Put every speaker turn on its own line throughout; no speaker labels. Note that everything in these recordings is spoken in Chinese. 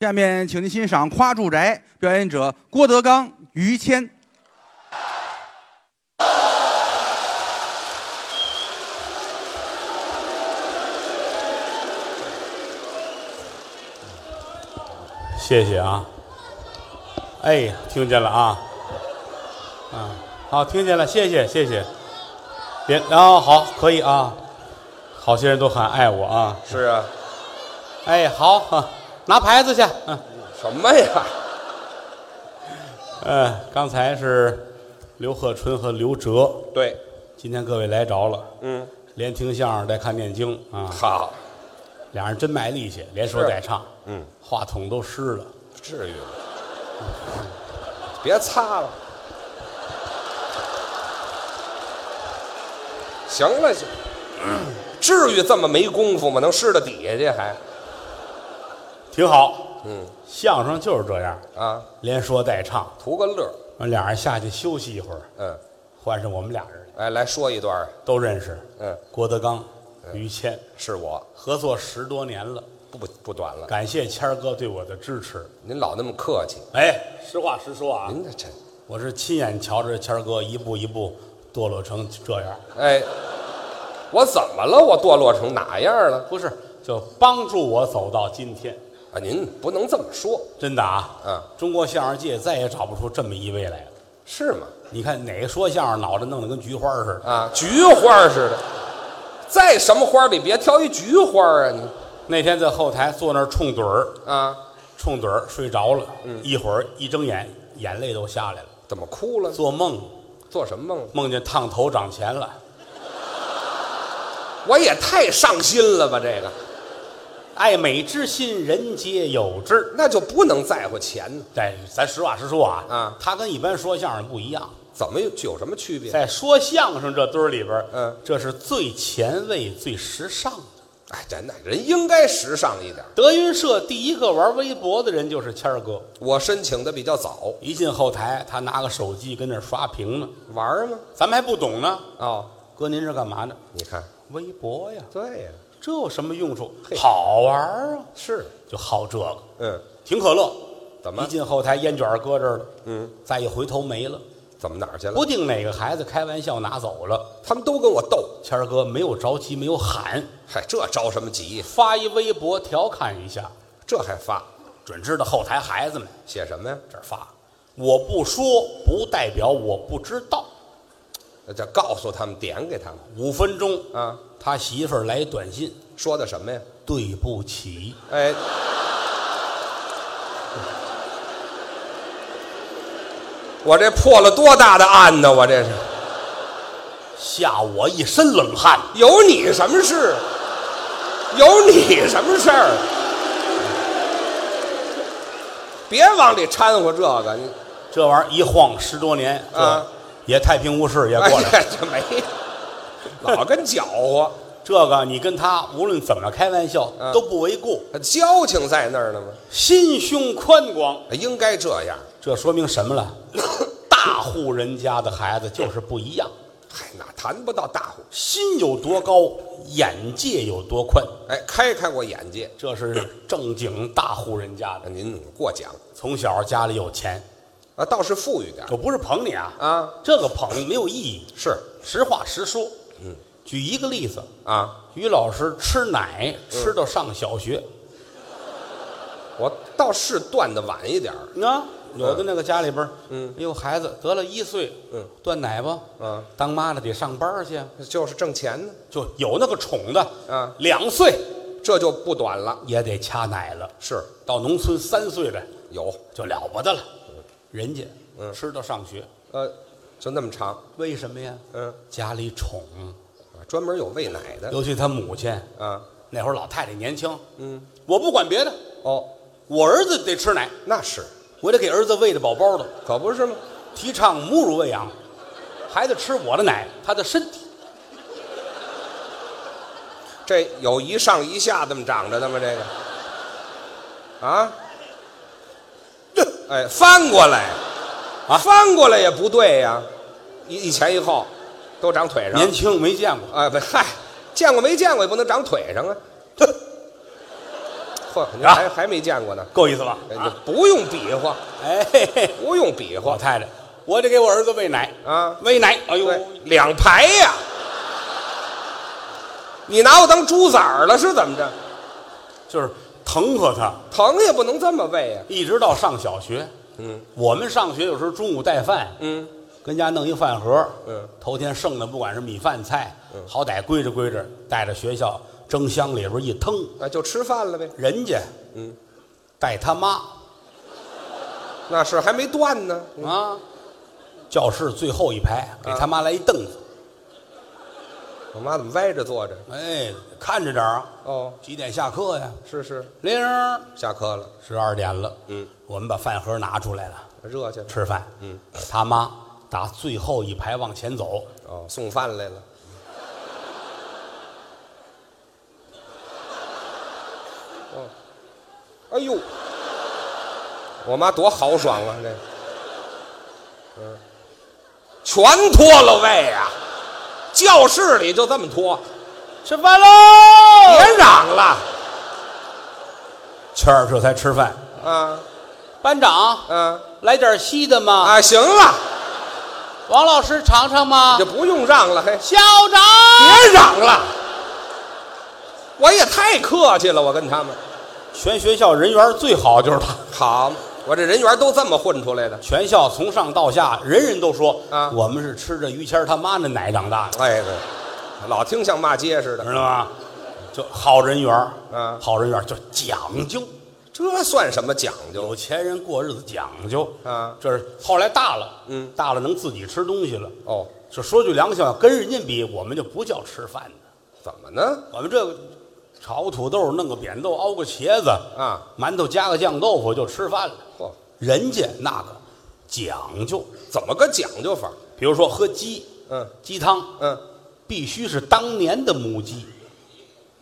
下面，请您欣赏《夸住宅》，表演者郭德纲、于谦。
谢谢啊！哎，听见了啊！啊，好，听见了，谢谢谢谢。别，然、后好，可以啊。好些人都很爱我啊。
是啊，
哎，好，啊拿牌子去。嗯、
什么呀？
呃，刚才是刘鹤春和刘哲，
对，
今天各位来着了，
嗯，
连听相声带看念经啊，
好，
俩人真卖力气，连说
是
带唱，
嗯，
话筒都湿了。
至于吗？别擦了。行了，行，至于这么没功夫吗？能湿到底下去还？
挺好。
嗯，
相声就是这样，
啊，
连说带唱。
图个乐儿。
完，啊俩人下去休息一会儿，
嗯，
换上我们俩人
哎，来说一段儿。
都认识。
嗯，
郭德纲、于谦
是我，
合作十多年了，
不不不短了。
感谢谦儿哥对我的支持。
您老那么客气，
哎，实话实说啊，
嗯您这这，
我是亲眼瞧着谦儿哥一步一步堕落成这样，
哎，我怎么了？我堕落成哪样了？
不是就帮助我走到今天。
啊，您不能这么说，
真的啊，
嗯，
中国相声界再也找不出这么一位来了。
是吗？
你看哪个说相声脑袋弄得跟菊花似的？
啊，菊花似的，再什么花里别挑一菊花啊！你
那天在后台坐那儿冲盹儿，
啊，
冲盹儿睡着了，
嗯
一会儿一睁眼眼泪都下来了。
怎么哭了？
做
做
梦
做什么梦了？
梦见烫头涨钱了，
我也太上心了吧！这个
爱美之心人皆有之。
那就不能在乎钱呢？
哎，咱实话实说啊，
啊
他跟一般说相声不一样，
怎么有有什么区别？
在说相声这堆儿里边，
嗯，
这是最前卫、最时尚的。
哎，真的，人应该时尚一点。
德云社第一个玩微博的人就是谦儿哥，
我申请的比较早，
一进后台，他拿个手机跟那儿刷屏呢，
玩儿吗？
咱们还不懂呢。
哦，
哥，您是干嘛呢？
你看，
微博呀，
对呀、
这有什么用处？
嘿
好玩儿啊，
是，
就好这个。
嗯，
挺可乐，
怎么
一进后台烟卷儿搁这儿了，
嗯，
再一回头没了，
怎么哪儿去了
不？定哪个孩子开玩笑拿走了。
他们都跟我斗，
谦儿哥没有着急，没有喊，
嗨，这着什么急？
发一微博调侃一下，
这还发？
准知道后台孩子们
写什么呀？
这儿发。我不说，不代表我不知道。
那就告诉他们，点给他们
五分钟，
啊。
他媳妇儿来一短信：“
说的什么呀？
对不起，
哎，我这破了多大的案呢？我这是
吓我一身冷汗。
有你什么事？有你什么事儿？别往里掺和这个，你
这玩意儿一晃十多年，这
啊
也太平无事也
哎
过来了。
呀，这没老跟搅和，
这个你跟他无论怎么开玩笑、
嗯
都不为过，
交情在那儿呢吗？
心胸宽广，
应该这样。
这说明什么 了？大户人家的孩子就是不一样，
嗨，哪谈不到大户？
心有多高，眼界有多宽，
哎，开开我眼界。
这是正经大户人家的。
您过奖
从小家里有钱，
啊，倒是富裕点儿
我不是捧你啊，
啊，
这个捧没有意义，
是
实话实说。嗯，举一个例子，
啊，
于老师吃奶吃到上小学，
我倒是断的晚一点儿
啊，有的那个家里边，嗯，哎呦，孩子得了一岁，
嗯，
断奶吧，
嗯，
当妈的得上班去，
就是挣钱呢，
就有那个宠的，
嗯，
两岁
这就不短了。
也得掐奶了，
是
到农村三岁的
有，
就了不得了，
嗯
人家吃到上学，
呃，就那么长，
为什么呀？
嗯，
家里宠，
啊专门有喂奶的
尤其他母亲
啊，
那会儿老太太年轻，
嗯，
我不管别的，
哦，
我儿子得吃奶，
那是，
我得给儿子喂的饱饱的，
可不是吗？
提倡母乳喂养，孩子吃我的奶，他的身体。
这有一上一下这么长着的吗？这个啊，哎，翻过来
啊
翻过来也不对呀，一一前一后都长腿上
年。轻没
哎
见过，
啊，不，嗨，见过没见过也不能长腿上啊，嚯，您
啊
还还没见过呢，
够意思吧？
哎
啊，
不用比划，
哎，嘿嘿
不用比
老
划，
太太，我得给我儿子喂奶
啊
喂奶。哎呦，
对，两排呀，你拿我当猪崽儿了是怎么着？
就是疼和他，
疼也不能这么喂呀，
一直到上小学。
嗯
我们上学有时候中午带饭，
嗯，
跟家弄一饭盒，
嗯，
头天剩的不管是米饭菜，好歹归着归着，带着学校蒸箱里边一腾，
那就吃饭了呗，
人家，
嗯，
带他妈
那是还没断呢，
啊，教室最后一排给
啊
他妈来一凳子，
我妈怎么歪着坐着？
哎，看着点儿啊，
哦，
几点下课呀？
是是，
铃儿
下课了，
十二点了，
嗯，
我们把饭盒拿出来了，
热去了，
吃饭，
嗯，
他妈打最后一排往前走，
哦，送饭来了，哦，哎呦，我妈多豪爽啊，这，嗯，嗯全脱了喂呀、教室里就这么脱，
吃饭喽！
别嚷了
谦儿这才吃饭，
啊
班长
啊
来点稀的吗？
啊！行了，
王老师尝尝吗
就？不用让了，嘿。
校长，
别嚷了，我也太客气了，我跟他们
全学校人缘最好就是他，
好，我这人缘都这么混出来的。
全校从上到下，人人都说
啊
我们是吃着于谦儿他妈的奶长大的，
哎，对，老听像骂街似的，
知道吗？就好人缘儿
啊
好人缘儿就讲究，
这算什么讲究
有钱人过日子讲究
啊
这是后来大了，
嗯
大了能自己吃东西了。
哦？
就说句良心话，跟人家比，我们就不叫吃饭的，
怎么呢？
我们这个炒个土豆，弄个扁豆，熬个茄子
啊，
馒头加个酱豆腐就吃饭了。
嚯，
人家那个讲究，
哦怎么个讲究法？
比如说喝鸡，
嗯
鸡汤
嗯，
必须是当年的母鸡，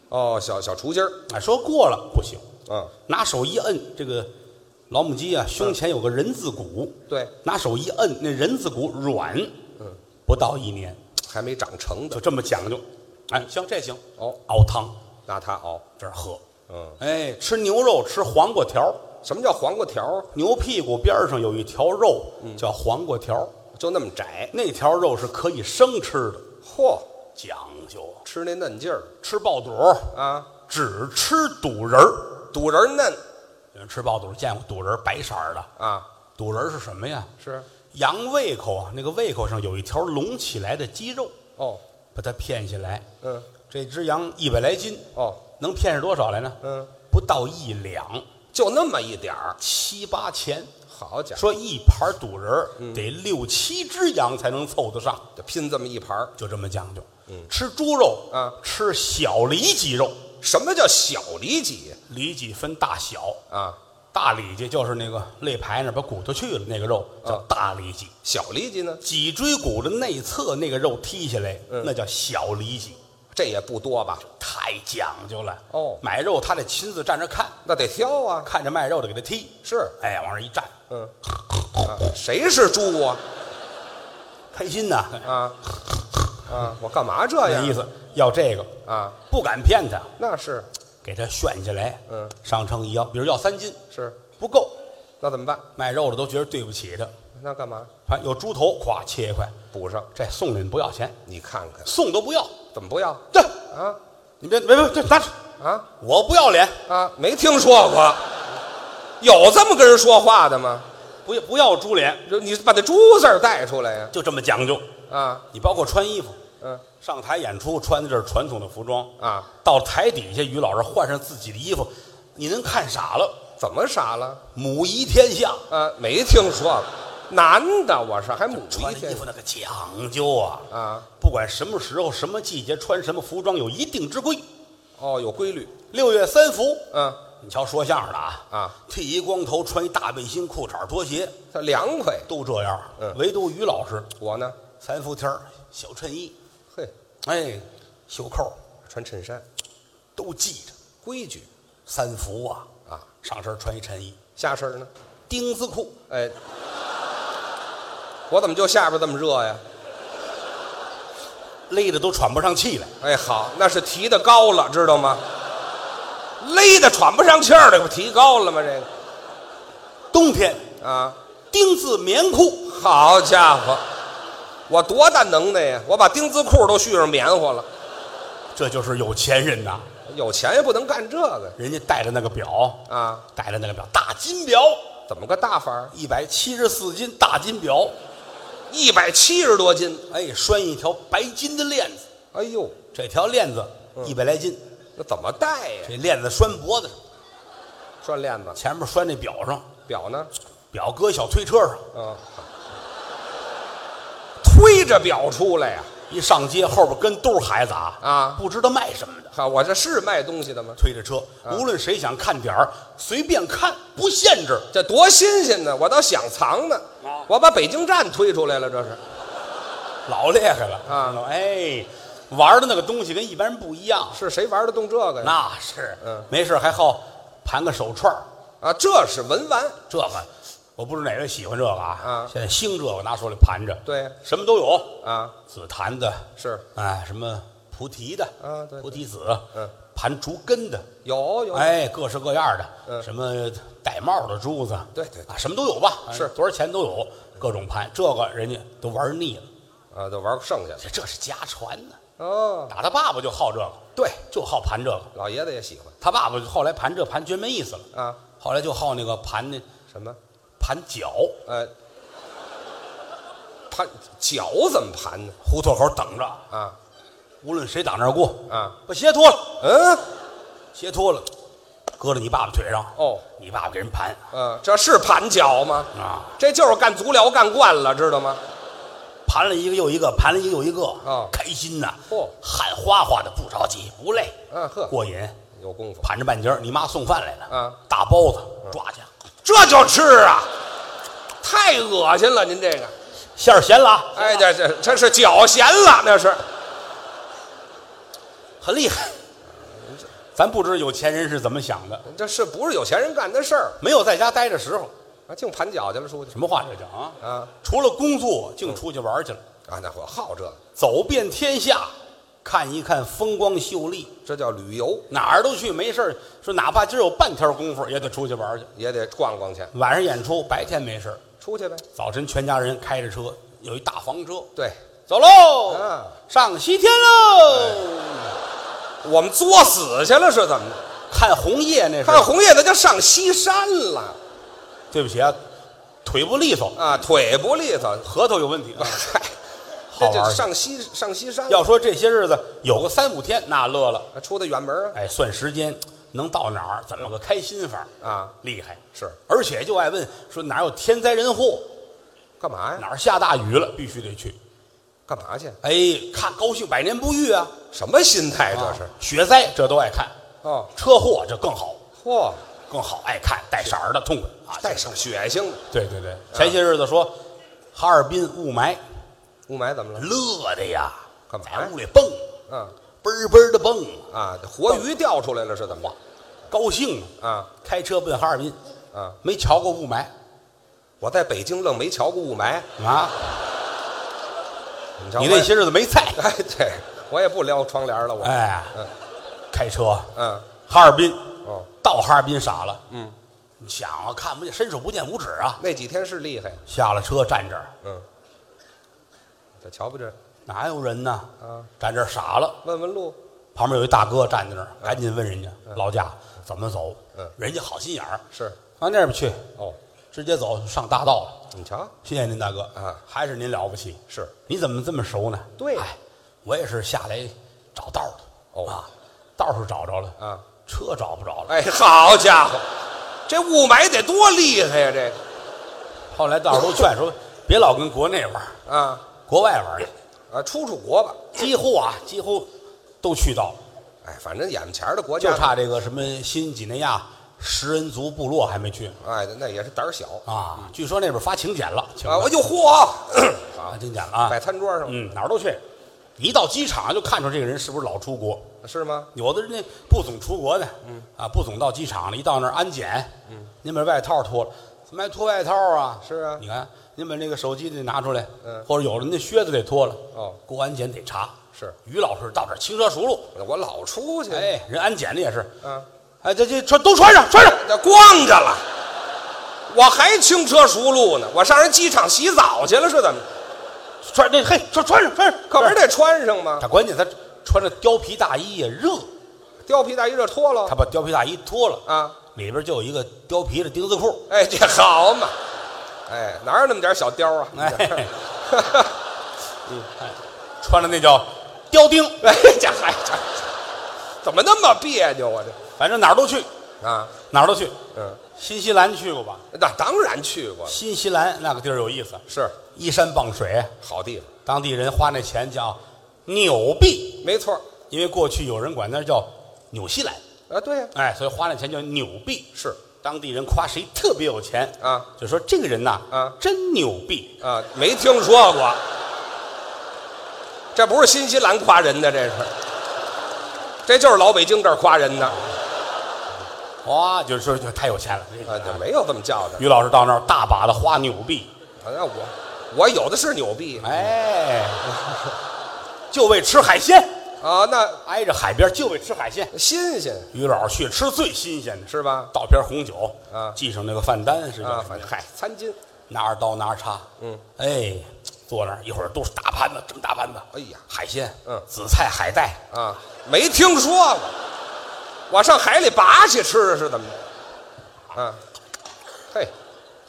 哦，小小雏鸡儿，
啊，说过了不行，
嗯，
拿手一摁这个老母鸡啊，胸前有个人字骨，
对，
拿手一摁，那人字骨软，
嗯，
不到一年，
还没长成的
就这么讲究。哎，行，这行，
哦，
熬汤
拿它熬。
这儿喝，
嗯，
哎，吃牛肉吃黄瓜条儿，
什么叫黄瓜条儿？
牛屁股边儿上有一条肉叫黄瓜条儿，
就嗯那么窄？
那条肉是可以生吃的，
嚯，
讲究。
吃那嫩劲儿
吃爆肚儿，
啊，
只吃肚仁儿。
肚仁儿嫩
有人吃爆肚儿见过肚仁儿白色儿的，
啊，
肚仁儿是什么呀？
是
羊胃口啊，那个胃口上有一条隆起来的肌肉，
哦，
把它片起来。
嗯
这只羊一百来斤，
哦，
能片上多少来呢？
嗯，
不到一两，
就那么一点儿，
七八钱。
好家伙！
说一盘肚仁儿
嗯
得六七只羊才能凑得上，
就拼这么一盘儿。
就这么讲究。吃猪肉
嗯啊
吃小里脊肉，
什么叫小里脊
里脊分大小，
啊？
大里脊就是那个肋排那儿把骨头去了那个肉
啊
叫大里脊，
小里脊呢？
脊椎骨的内侧那个肉剔下来，
嗯
那叫小里脊，
这也不多吧？
太讲究了。
哦
买肉他得亲自站着看，
那得挑啊。
看着卖肉的给他剔，
是，
哎，往上一站，
嗯，啊、谁是猪啊？
开心呐，
啊啊！我干嘛这
那
样？
意思要这个，
啊，
不敢骗他，
那是
给他炫下来，
嗯，
上称一要，比如要三斤
是，
不够，
那怎么办？
卖肉的都觉得对不起他，
那干嘛？
反正有猪头，咵切一块，
补上，
这送你们不要钱，
你看看
送都不要，
怎么不要
这
啊
你别别别，这拿着。
啊
我不要脸，
啊？没听说过，有这么跟人说话的吗？
不要不要猪脸，
就你把那“猪”字儿带出来呀、
就这么讲究。
啊！
你包括穿衣服，
嗯
上台演出穿的这是传统的服装，
啊，
到台底下于老师换上自己的衣服，你能看傻了。
怎么傻了？
母仪天下，
啊，没听说过，男的我是还母
穿
一
的衣
天
服那个讲究啊！
啊？
不管什么时候、什么季节穿什么服装，有一定之规。
哦，有规律。
六月三伏，
嗯，
你瞧说相声的啊
啊，
剃一光头，穿一大背心、裤衩、拖鞋，
他凉快。
都这样。
嗯
唯独于老师
我呢，
三伏天儿小衬衣，
嘿，
哎，袖扣
穿衬衫，
都系着。
规矩
三伏啊，
啊。
上身穿一衬衣，
下身呢？
丁字裤，
哎，我怎么就下边这么热呀？
勒得都喘不上气来。
哎，好，那是提的高了，知道吗？勒得喘不上气儿来，不提高了吗？这个
冬天
啊，
丁字棉裤，
好家伙，我多大能耐呀！我把丁字裤都续上棉花了。
这就是有钱人呐！
有钱也不能干这个
人家戴着那个表，
啊！
戴着那个表，大金表，
怎么个大法儿？
一百七十四斤大金表，
一百七十多斤，
哎，拴一条白金的链子，
哎呦，
这条链子
嗯
一百来斤，
那怎么戴呀？
这链子拴脖子上，
拴链子，
前面拴那表上，
表呢？
表搁小推车上，
啊，推着表出来呀、
一上街后边跟都是孩子啊
啊
不知道卖什么的，
啊！我这是卖东西的吗？
推着车，
啊
无论谁想看点儿，随便看，不限制。
这多新鲜呢！我倒想藏呢
啊。
我把北京站推出来了，这是
老厉害了
啊
知道吗哎，玩的那个东西跟一般人不一样，
是谁玩得动这个呀？
那是，
嗯，
没事还好盘个手串儿
啊，这是文玩，
这个我不知道哪位喜欢这个啊，
啊
现在兴这个拿手里盘着，
对
什么都有，
啊，
紫檀的，
是
哎，什么菩提的，
啊对
菩提子，
嗯，
盘竹根的，
有有，
哎，各式各样的，
嗯
什么戴帽的珠子，
对对对
啊，什么都有吧，
是
多少钱都有，各种盘，这个人家都玩腻了，
啊，都玩剩下的
这这是家传呢、
哦。
打他爸爸就好这个，
对，
就好盘这个。
老爷子也喜欢
他爸爸后来盘这盘觉没意思了，
啊，
后来就好那个盘那
什么？
盘脚，
呃，盘脚怎么盘呢？
胡同口等着，
啊
无论谁挡那儿过，
啊，
把鞋脱了，
嗯，
鞋脱了，搁到你爸爸腿上，
哦，
你爸爸给人盘
呃，这是盘脚吗？
啊，
这就是干足疗干惯了，知道吗？
盘了一个又一个，盘了一个又一个，
哦
开心呐，
嚯
汗哗哗的，不着急，不累，
啊呵，
过瘾，
有功夫，
盘着半截儿你妈送饭来了，
啊，
大包子抓去，
这就吃啊，太恶心了，您这个，
馅儿咸了啊，
哎，这这这是脚咸了，那是
很厉害。咱不知道有钱人是怎么想的，
这是不是有钱人干的事儿？
没有在家待着时候，
啊，净盘脚去了，出去
什么话这叫啊？
啊
除了工作，净出去玩去了，
啊！那我好这个，
走遍天下，看一看风光秀丽，
这叫旅游，
哪儿都去，没事儿说哪怕今儿有半天功夫，也得出去玩去。
也得逛逛去，
晚上演出，白天没事儿
出去呗。
早晨全家人开着车，有一大房车，
对，
走喽，
啊
上西天
哎
喽，
我们作死去了是怎么的？
看红叶那是。
看红叶那就上西山了
对不起啊，腿不利索，
啊，腿不利索，
核桃有问题 啊。
嗨，
好
那
玩
就
儿
上西上西山，
要说这些日子有个三五天，那乐了。
啊出的远门儿
哎，算时间能到哪儿，怎么个开心法儿？
啊啊，
厉害
是
而且就爱问说哪儿有天灾人祸，
干嘛呀？
哪儿下大雨了，必须得去。
干嘛去？
哎，看高兴百年不遇啊，
什么心态这是
啊？雪灾这都爱看，
哦，
车祸这更好，
嚯，
更好爱看，带色儿的痛快啊，
带啊上血腥的
对对对，前些日子说哈尔滨雾霾，
雾霾怎么了？
乐的呀，
干嘛呀
在屋里蹦，
嗯
嘣儿嘣儿的蹦，
啊，活鱼钓出来了是怎么
高兴啊！
着？啊
开车奔哈尔滨，
啊！
没瞧过雾霾
我在北京愣没瞧过雾霾，
啊！
你瞧
你
我也
那些日子没菜，
哎，对我也不撩窗帘了，我
哎
嗯，
开车
嗯
哈尔滨，
哦，
到哈尔滨傻了。
嗯，
你想啊，看不见，伸手不见五指啊！
那几天是厉害，
下了车站这儿，
嗯，这瞧不这
哪有人呢？
啊，
站这儿傻了。
问问路，
旁边有一大哥站在那儿，赶紧问人家老家怎么走
嗯。
人家好心眼儿，
是
往那边去，
哦，
直接走上大道了。
你瞧
谢谢您，大哥
啊，
还是您了不起。
是
你怎么这么熟呢？
对
哎，我也是下来找道的。
哦
啊，道是找着了，
啊，
车找不着了。
哎，好家伙，这雾霾得多厉害呀、这个
后来道士都劝 说，别老跟国内玩儿，
啊
国外玩儿去。
啊，出出国吧，
几乎啊，几乎都去到了，
哎，反正眼前儿的国
就
家
差这个什么新几内亚食人族部落还没去
哎，那也是胆儿小
啊。据说那边发请柬了，请
啊，
了
我就 嚯，
发请柬了啊
摆。餐桌上、
嗯，哪儿都去。一到机场就看出这个人是不是老出国，
是吗？
有的人那不总出国的，嗯啊，不总到机场了，一到那儿安检，嗯，您把外套脱了，怎么还脱外套啊？
是啊
你看您把那个手机得拿出来，
嗯
或者有人那靴子得脱了，
哦，
过安检得查。
是
于老师到这儿轻车熟路，
我老出去，
哎，人安检的也是，
嗯、啊，
哎，这这穿都穿上，穿上。
这光着了，我还轻车熟路呢，我上人机场洗澡去了是怎么？
穿这嘿，穿穿上穿上，
可不是得穿上吗？
他关键他穿着貂皮大衣也热，
貂皮大衣这
他
脱了
把貂皮大衣脱了，
啊？
里边就有一个貂皮的丁字裤，
哎，这好嘛，哎，哪有那么点小貂啊？
哎，嗯哎穿的那叫貂钉，
哎，这还这怎么那么别扭啊？
反正哪儿都去，
这啊，
哪儿都去。
嗯，
新西兰去过吧？
那当然去过了，
新西兰那个地儿有意思，
是
依山傍水，
好地方，
当地人花那钱叫纽币，
没错儿
因为过去有人管那儿叫纽西兰，
啊，对呀、
哎，所以花那钱叫纽币。
是
当地人夸谁特别有钱
啊，
就说这个人呐，
啊
真牛逼。
啊，没听说过，这不是新西兰夸人的，这是，这就是老北京这儿夸人的啊，
哇，就是说就太有钱了。这个
这呃没有这么叫的。
于老师到那儿大把的花纽币，
啊那我我有的是牛逼
哎，就为吃海鲜，
啊，那
挨着海边就为吃海鲜。
新鲜
于老师去吃最新鲜的，
是吧？
倒瓶红酒，
啊
系上那个饭单是吧
啊，？反正
嗨
嗨，，餐巾，
拿着刀拿着叉，
嗯，
哎，坐那儿一会儿都是大盘子，这么大盘子，
哎呀
海鲜，
嗯
紫菜、海带，
啊，没听说过，我上海里拔去吃是怎么的？啊，嘿，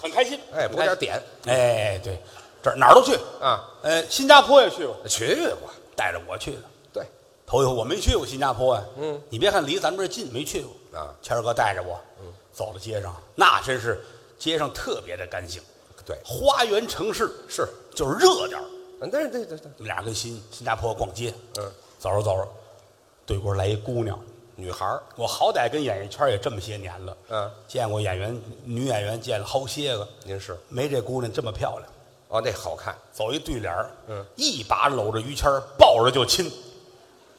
很开心。
哎，补点点
哎，对，这儿哪儿都去。
啊，
呃，新加坡也去过，
去过，
带着我去的。
对，
头一回我没去过新加坡呀、啊
嗯，
你别看离咱们这儿近，没去过
啊
谦儿哥带着我，嗯，走到街上，那真是街上特别的干净，
对，
花园城市
嗯是，
就是热点儿。
嗯对对对对，
我们俩跟新新加坡逛街，
嗯，
走着走着，对过来一姑娘，
女孩儿，
我好歹跟演艺圈也这么些年了，
嗯，
见过演员女演员见了好些个，
您是
没这姑娘这么漂亮。
哦，那好看，
走一对脸儿
嗯，
一把搂着于谦儿抱着就亲，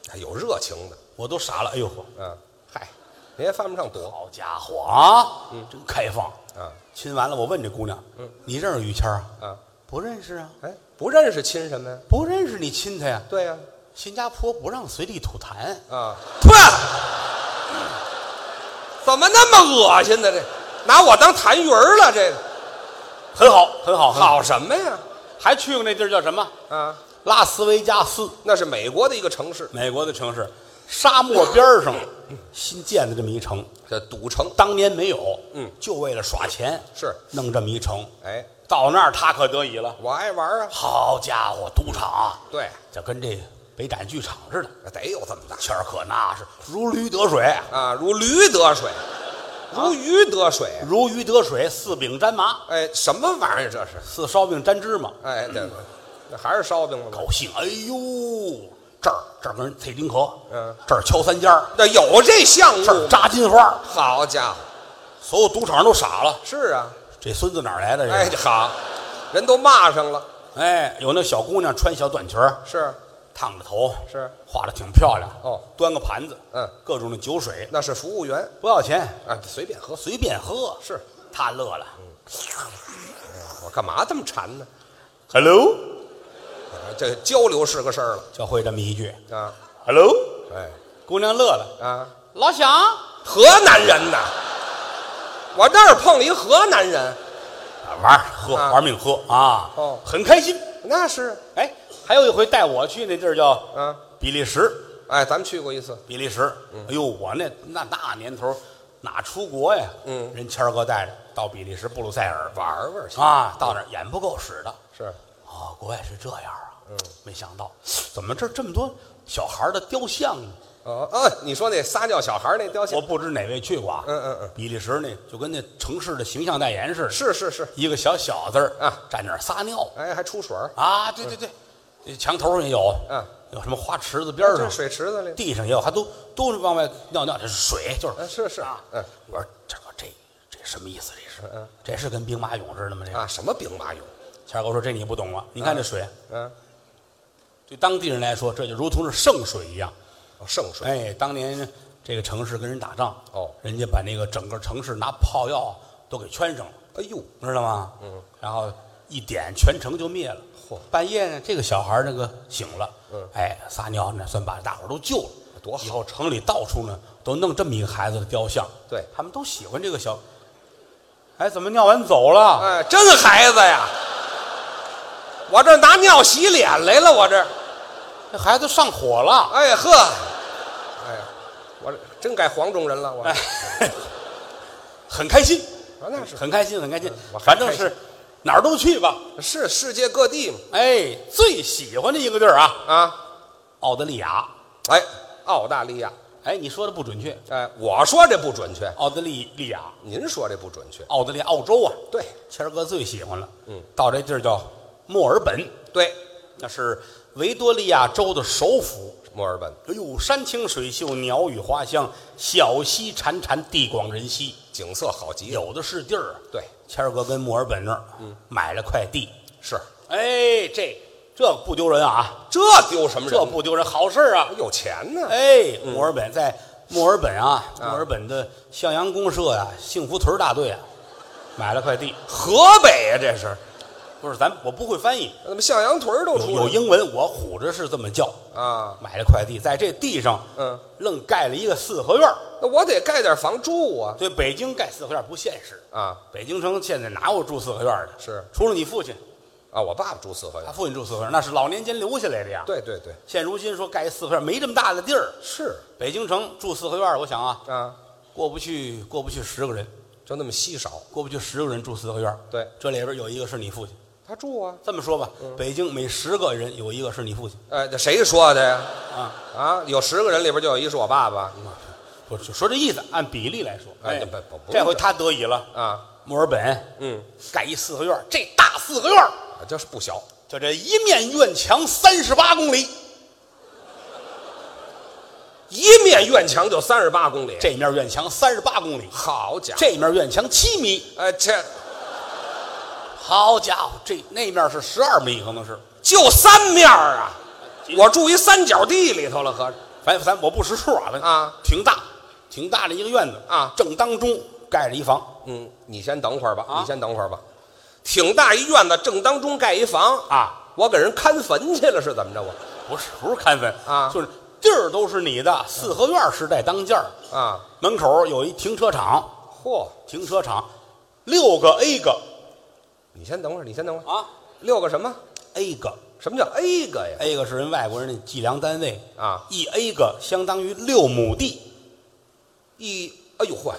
还有热情的，
我都傻了。哎呦呵，
嗯，
嗨，
您也犯不上躲
好家伙啊，
嗯
真开放！
啊
亲完了，我问这姑娘，
嗯
你认识于谦儿啊？
啊，
不认识啊，
哎，不认识亲什么呀？
不认识你亲他呀？
对呀，
新加坡不让随地吐痰，
啊，呸！怎么那么恶心呢？这拿我当痰盂儿了？这个
很好，很好，很
好。什么呀？
还去过那地儿叫什么？
啊，
拉斯维加斯，
那是美国的一个城市，
美国的城市，沙漠边儿上新建的这么一城，
这赌城。
当年没有，
嗯，
就为了耍钱
是
弄这么一城。
哎，
到那儿他可得意了，
我爱玩啊。
好家伙，赌场啊，
对，
就跟这北展剧场似的，
得有这么大
谦儿可那是如驴得水，
啊，如驴得水，如鱼得水。
如鱼得水，似饼沾麻，
哎，什么玩意儿这是？
似烧饼沾芝麻，
哎，这个那还是烧饼吗？
高兴，哎呦，这儿这儿跟人啐丁壳，
嗯，
这儿敲三尖儿，
那有这项目
这儿
吗？
扎金花，
好家伙，
所有赌场都傻了，
是啊，
这孙子哪儿来的？
哎
这，个
好，人都骂上了，
哎，有那小姑娘穿小短裙儿，
是
烫着头，
是，
画的挺漂亮，
哦，
端个盘子，
嗯，
各种的酒水，
那是服务员
不要钱，
啊，随便喝。
随便喝，
是嗯
他乐了
我干嘛这么馋呢？
，Hello，
啊这交流是个事儿了
就会这么一句
啊，
，Hello，
哎
姑娘乐了，
啊。
老乡，
河南人呐，我那儿碰了一河南人，
啊玩儿喝，
啊
玩命喝啊，
哦
很开心。
那是
哎，还有一回带我去那地儿叫
啊，
比利时，
哎，咱们去过一次，
比利时，
嗯
哎呦，我那那那年头哪出国呀？
嗯
人谦儿哥带着到比利时布鲁塞尔玩
玩玩去
啊，到那儿眼不够使的。
是
哦，国外是这样啊，嗯，没想到怎么这儿这么多小孩儿的雕像呢？
哦啊，你说那撒尿小孩那雕
我
像，
不知哪位去过啊，
嗯嗯嗯，
比利时那就跟那城市的形象代言似的，
是是是，
一个小小子儿
啊，
站那儿撒尿
哎，还出水儿，
啊，对对对，这墙头上也有，
嗯，
有什么花池子边儿
这
上，
水池子里，
地上也有，还都都是往外尿尿，这是水，就是
嗯是是
啊，
嗯，
我说这个这这什么意思？这是
嗯，
这是跟兵马俑似的吗？这个
啊，什么兵马俑，
谦儿哥说这你不懂啊，你看这水，
嗯，
对当地人来说，这就如同是圣水一样。
哦圣水，
哎，当年这个城市跟人打仗，
哦
人家把那个整个城市拿炮药都给圈上了，
哎呦，
知道吗？嗯，然后一点全城就灭了。
嚯
半夜呢，这个小孩儿那个醒了，
嗯
哎，撒尿呢，算把大伙儿都救了。
多好
以后城里到处呢都弄这么一个孩子的雕像，
对
他们都喜欢这个小。哎，怎么尿完走了？
哎，真孩子呀！我这拿尿洗脸来了，我这，
这孩子上火了。
哎呵，哎呀，我这真改黄种人了，我、
哎，很开心，
啊那是嗯
很开心，很开心。
我很
反正
开心
是哪儿都去吧。
是世界各地嘛
哎，最喜欢的一个地儿啊，
啊，
澳大利亚。
哎，澳大利亚，
哎，你说的不准确，
哎，我说这不准确，
澳大利利亚，
您说这不准确，
澳大利亚澳洲啊，
对
谦儿哥最喜欢了。
嗯，
到这地儿叫墨尔本，
对，
那是维多利亚州的首府。
墨尔本
哎呦，山清水秀，鸟语花香，小溪潺潺，地广人稀，
景色好极了，
有的是地儿啊。
对，
谦儿哥跟墨尔本那儿，嗯，买了块地。
是
哎，这这不丢人啊，
这嗯丢什么人？
这不丢人，好事儿啊。
有钱呢，
哎，墨尔本在墨尔本啊，墨尔本的向阳公社呀、幸福屯儿大队啊，买了块地。
河北呀、啊这是，
不是，咱我不会翻译，
怎么向阳屯儿都
有
出
有
来了
英文，我唬着是这么叫。
啊？
买了块地，在这地上，
嗯，
愣盖了一个四合院儿。
那我得盖点房住啊，
对，北京盖四合院儿不现实。
啊
北京城现在哪有住四合院儿的？
是
除了你父亲，
啊！我爸爸住四合
他
院，
父亲住四合院儿，那是老年间留下来的呀。，
对对对，
现如今说盖一四合院儿没这么大的地儿，
是
北京城住四合院儿，我想啊，
啊，
过不去过不去十个人，
就那么稀少，
过不去十个人住四合院儿。
对
这里边有一个是你父亲。
他住啊。
这么说吧，北京每十个人有一个是你父亲
哎，这谁说的呀？
啊，
啊，有十个人里边就有一是我爸爸
我就说这意思，按比例来说。
哎
哎
不不不，
这回他得以了，
啊，
墨尔本
嗯，啊
盖一四合院儿，这大四合院儿
这是不小，
就这一面院墙三十八公里，
一面院墙就三十八公里，
这面院墙三十八公里，
好家伙，
这面院墙七米，
哎这
好家伙，这那面是十二米，可能是。
就三面儿啊，我住一三角地里头了，合着
反正咱我不识数啊，咱
啊，
挺大，挺大的一个院子
啊
正当中盖着一房
嗯，你先等会儿吧，
啊
你先等会儿吧，挺大一院子，正当中盖一房，
啊，
我给人看坟去了是怎么着我？
不是不是看坟
啊
就是地儿都是你的，四合院时代当间儿，
啊，
门口有一停车场，
嚯，
停车场六个 A 个
你先等会儿，你先等会儿，
啊
六个什么？
，A 个
什么叫 A 个呀？
A 个是人外国人的计量单位
啊，
一 A 个相当于六亩地，
一，哎呦嚯，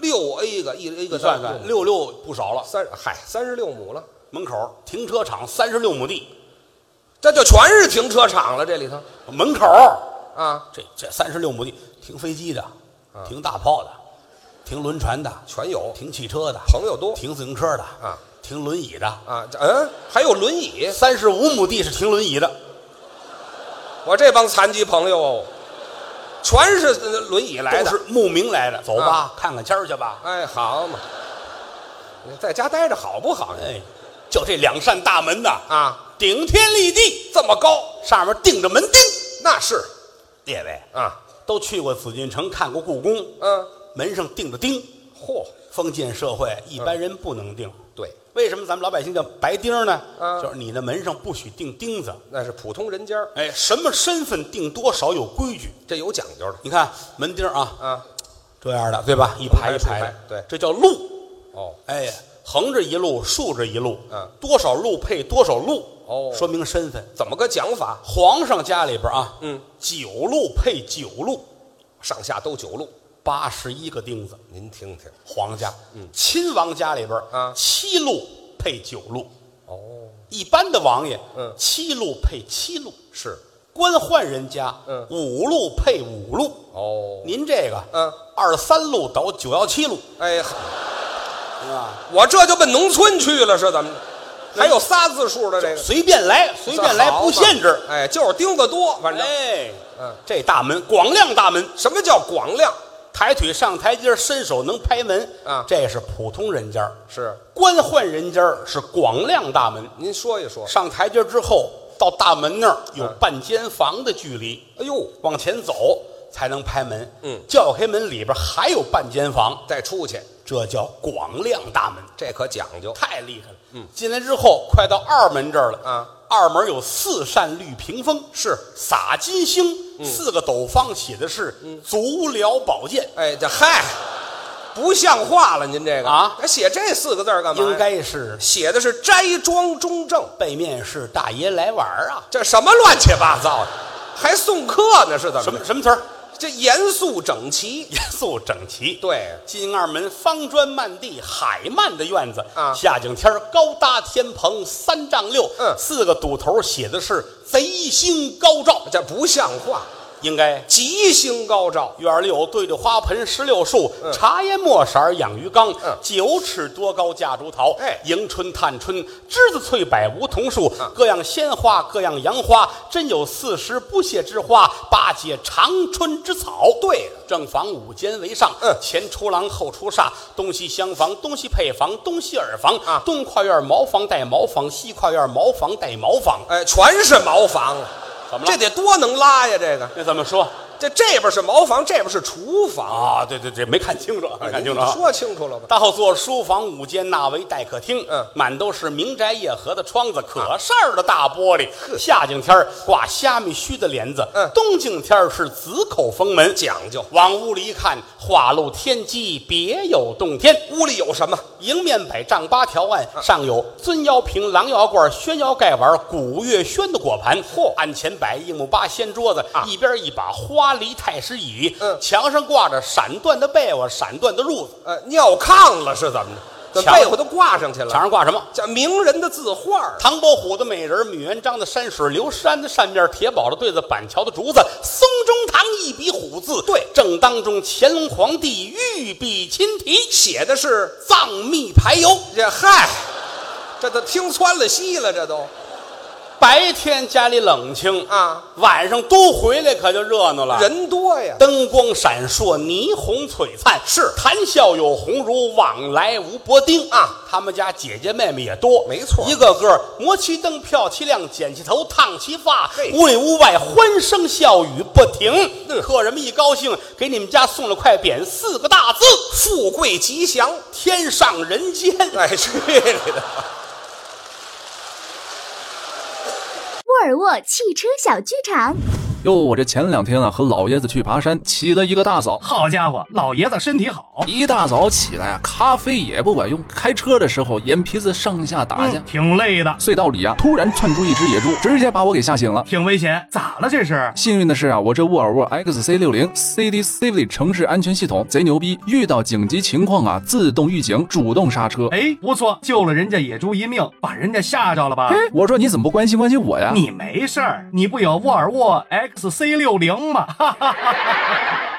六 A 个，一 A
你
个
算算六六不少了，
三嗨三十六亩了，
门口停车场三十六亩地，
这就全是停车场了，这里头
门口
啊，
这这三十六亩地停飞机的，停大炮的，停轮船的，
全有
停汽车的，
朋友多
停自行车的
啊，
停轮椅的。
啊，这嗯，还有轮椅，
三十五亩地是停轮椅的，
我这帮残疾朋友哦，全是呃轮椅来
都
的
是，慕名来的。走吧，
啊
看看天儿去吧。
哎，好嘛，你在家待着好不好？
哎，就这两扇大门呐，
啊，
顶天立地，
这么高，
上面钉着门钉。
那是
列位
啊，
都去过紫禁城，看过故宫，
嗯，
门上钉着钉，
嚯，嗯
封建社会一般人不能钉。
对，
为什么咱们老百姓叫白钉呢？
啊
就是你的门上不许钉钉子。
那是普通人家儿，
哎，什么身份钉多少有规矩。
这有讲究的
你看门钉啊，
啊，
这样的对吧？一排一
竖
排
排
的，
对
这叫路。
哦，
哎，横着一路，竖着一路，
嗯，
多少路配多少路，
哦
说明身份。
怎么个讲法？
皇上家里边啊，
嗯，
九路配九路，
上下都九路，
八十一个钉子。
您听听，
皇家，嗯，亲王家里边
啊
七路配九路，
哦，
一般的王爷，
嗯
七路配七路，
是，
官宦人家，
嗯
五路配五路。
哦，
您这个，
嗯，
二三路倒九幺七路
哎。
啊，
我这就奔农村去了，是怎么着？还有仨字数的这个，
随便来，随便来，不限制。
哎，就是钉子多，反正、
哎，
嗯
这大门广亮大门，
什么叫广亮？
抬腿上台阶，伸手能拍门
啊
这是普通人家儿，
是
官宦人家儿是广亮大门。
您说一说。
上台阶之后，到大门那儿
嗯
有半间房的距离，
哎呦，
往前走才能拍门。
嗯
叫开门里边还有半间房，
再出去，
这叫广亮大门，
这可讲究。
太厉害了。嗯，进来之后快到二门这儿了
啊，
二门有四扇绿屏风，
是嗯
洒金星，四个斗方写的是足疗保健，
哎，这嗨，不像话了，您这个
啊
还写这四个字儿干嘛呀？
应该是
写的是斋庄中正，
背面是大爷来玩儿啊，
这什么乱七八糟的，还送客呢？是怎
什
么
么
着？
什么词儿？
这严肃整齐，
严肃整齐。
对，
进二门方砖漫地，海漫的院子
啊
夏景天儿高搭天棚三丈六，
嗯
四个堵头写的是贼星高照，
这不像话，
应该
吉星高照，
院儿里有对着花盆石榴树，茶烟墨色儿养鱼缸，
嗯
九尺多高架竹桃，
哎嗯
迎春、探春、栀子、翠柏、梧桐树，各样鲜花，各样杨花，真有四时不谢之花，八节长春之草。
对
正房五间为上，
嗯
前出廊后出煞，东西厢房，东西配房，东西耳房
啊
东跨院茅房带茅房，西跨院茅房带茅房。
哎，全是茅房啊，
怎么了
这得多能拉呀！这个，
那怎么说
这这边是茅房，这边是厨房，
啊？对对对，没看清楚，没看清楚啊。
说清楚了吧？
大后座书房五间纳为待客厅，
嗯啊
满都是明宅夜合的窗子，可扇儿的大玻璃。夏景天儿挂虾米须的帘子，
嗯
冬景天儿是紫口封门，
讲究
往屋里一看，画露天机，别有洞天。
屋里有什么？嗯
迎面百丈八条案，上有尊腰瓶、狼腰罐、宣腰盖碗、古月轩的果盘。嚯！案前摆一木八仙桌子，一边一把花梨太师椅，
啊嗯
墙上挂着闪缎的被窝、闪缎的褥子，
呃，尿炕了是怎么着？这
墙
被子都挂上去
墙
了，
上挂什么？
这名人的字画儿
唐伯虎的美人，米元璋的山水，刘山的扇面，铁宝的对子，板桥的竹子，松中堂一笔虎字，
对
正当中乾隆皇帝御笔亲题，
写的是
藏秘排油。
这嗨，这都听穿了戏了，这都
白天家里冷清
啊，
晚上都回来可就热闹了。
人多呀。
灯光闪烁，霓虹璀璨，
是
谈笑有鸿儒，往来无薄丁
啊！
他们家姐姐妹妹也多，
没错
一个个磨其灯，漂其亮，剪其头，烫其发
嘿，
屋里屋外欢声笑语不停。
嗯
客人们一高兴，给你们家送了块匾，四个大字：
富贵吉祥。
天上人间。
哎，去你的！
沃尔沃汽车小剧场。
哟，我这前两天啊和老爷子去爬山，起了一个大早，
好家伙，老爷子身体好，
一大早起来啊，咖啡也不管用，开车的时候眼皮子上下打架，
嗯挺累的，
隧道里啊突然窜出一只野猪，直接把我给吓醒了。
挺危险，咋了这是？
幸运的是啊，我这沃尔沃 XC 6 0 CD Safety 城市安全系统贼牛逼，遇到紧急情况啊自动预警，主动刹车。
哎，不错，救了人家野猪一命，把人家吓着了吧？
我说你怎么不关心关心我呀？
你没事儿，你不有沃尔沃 XC 6 0吗？哈哈哈哈。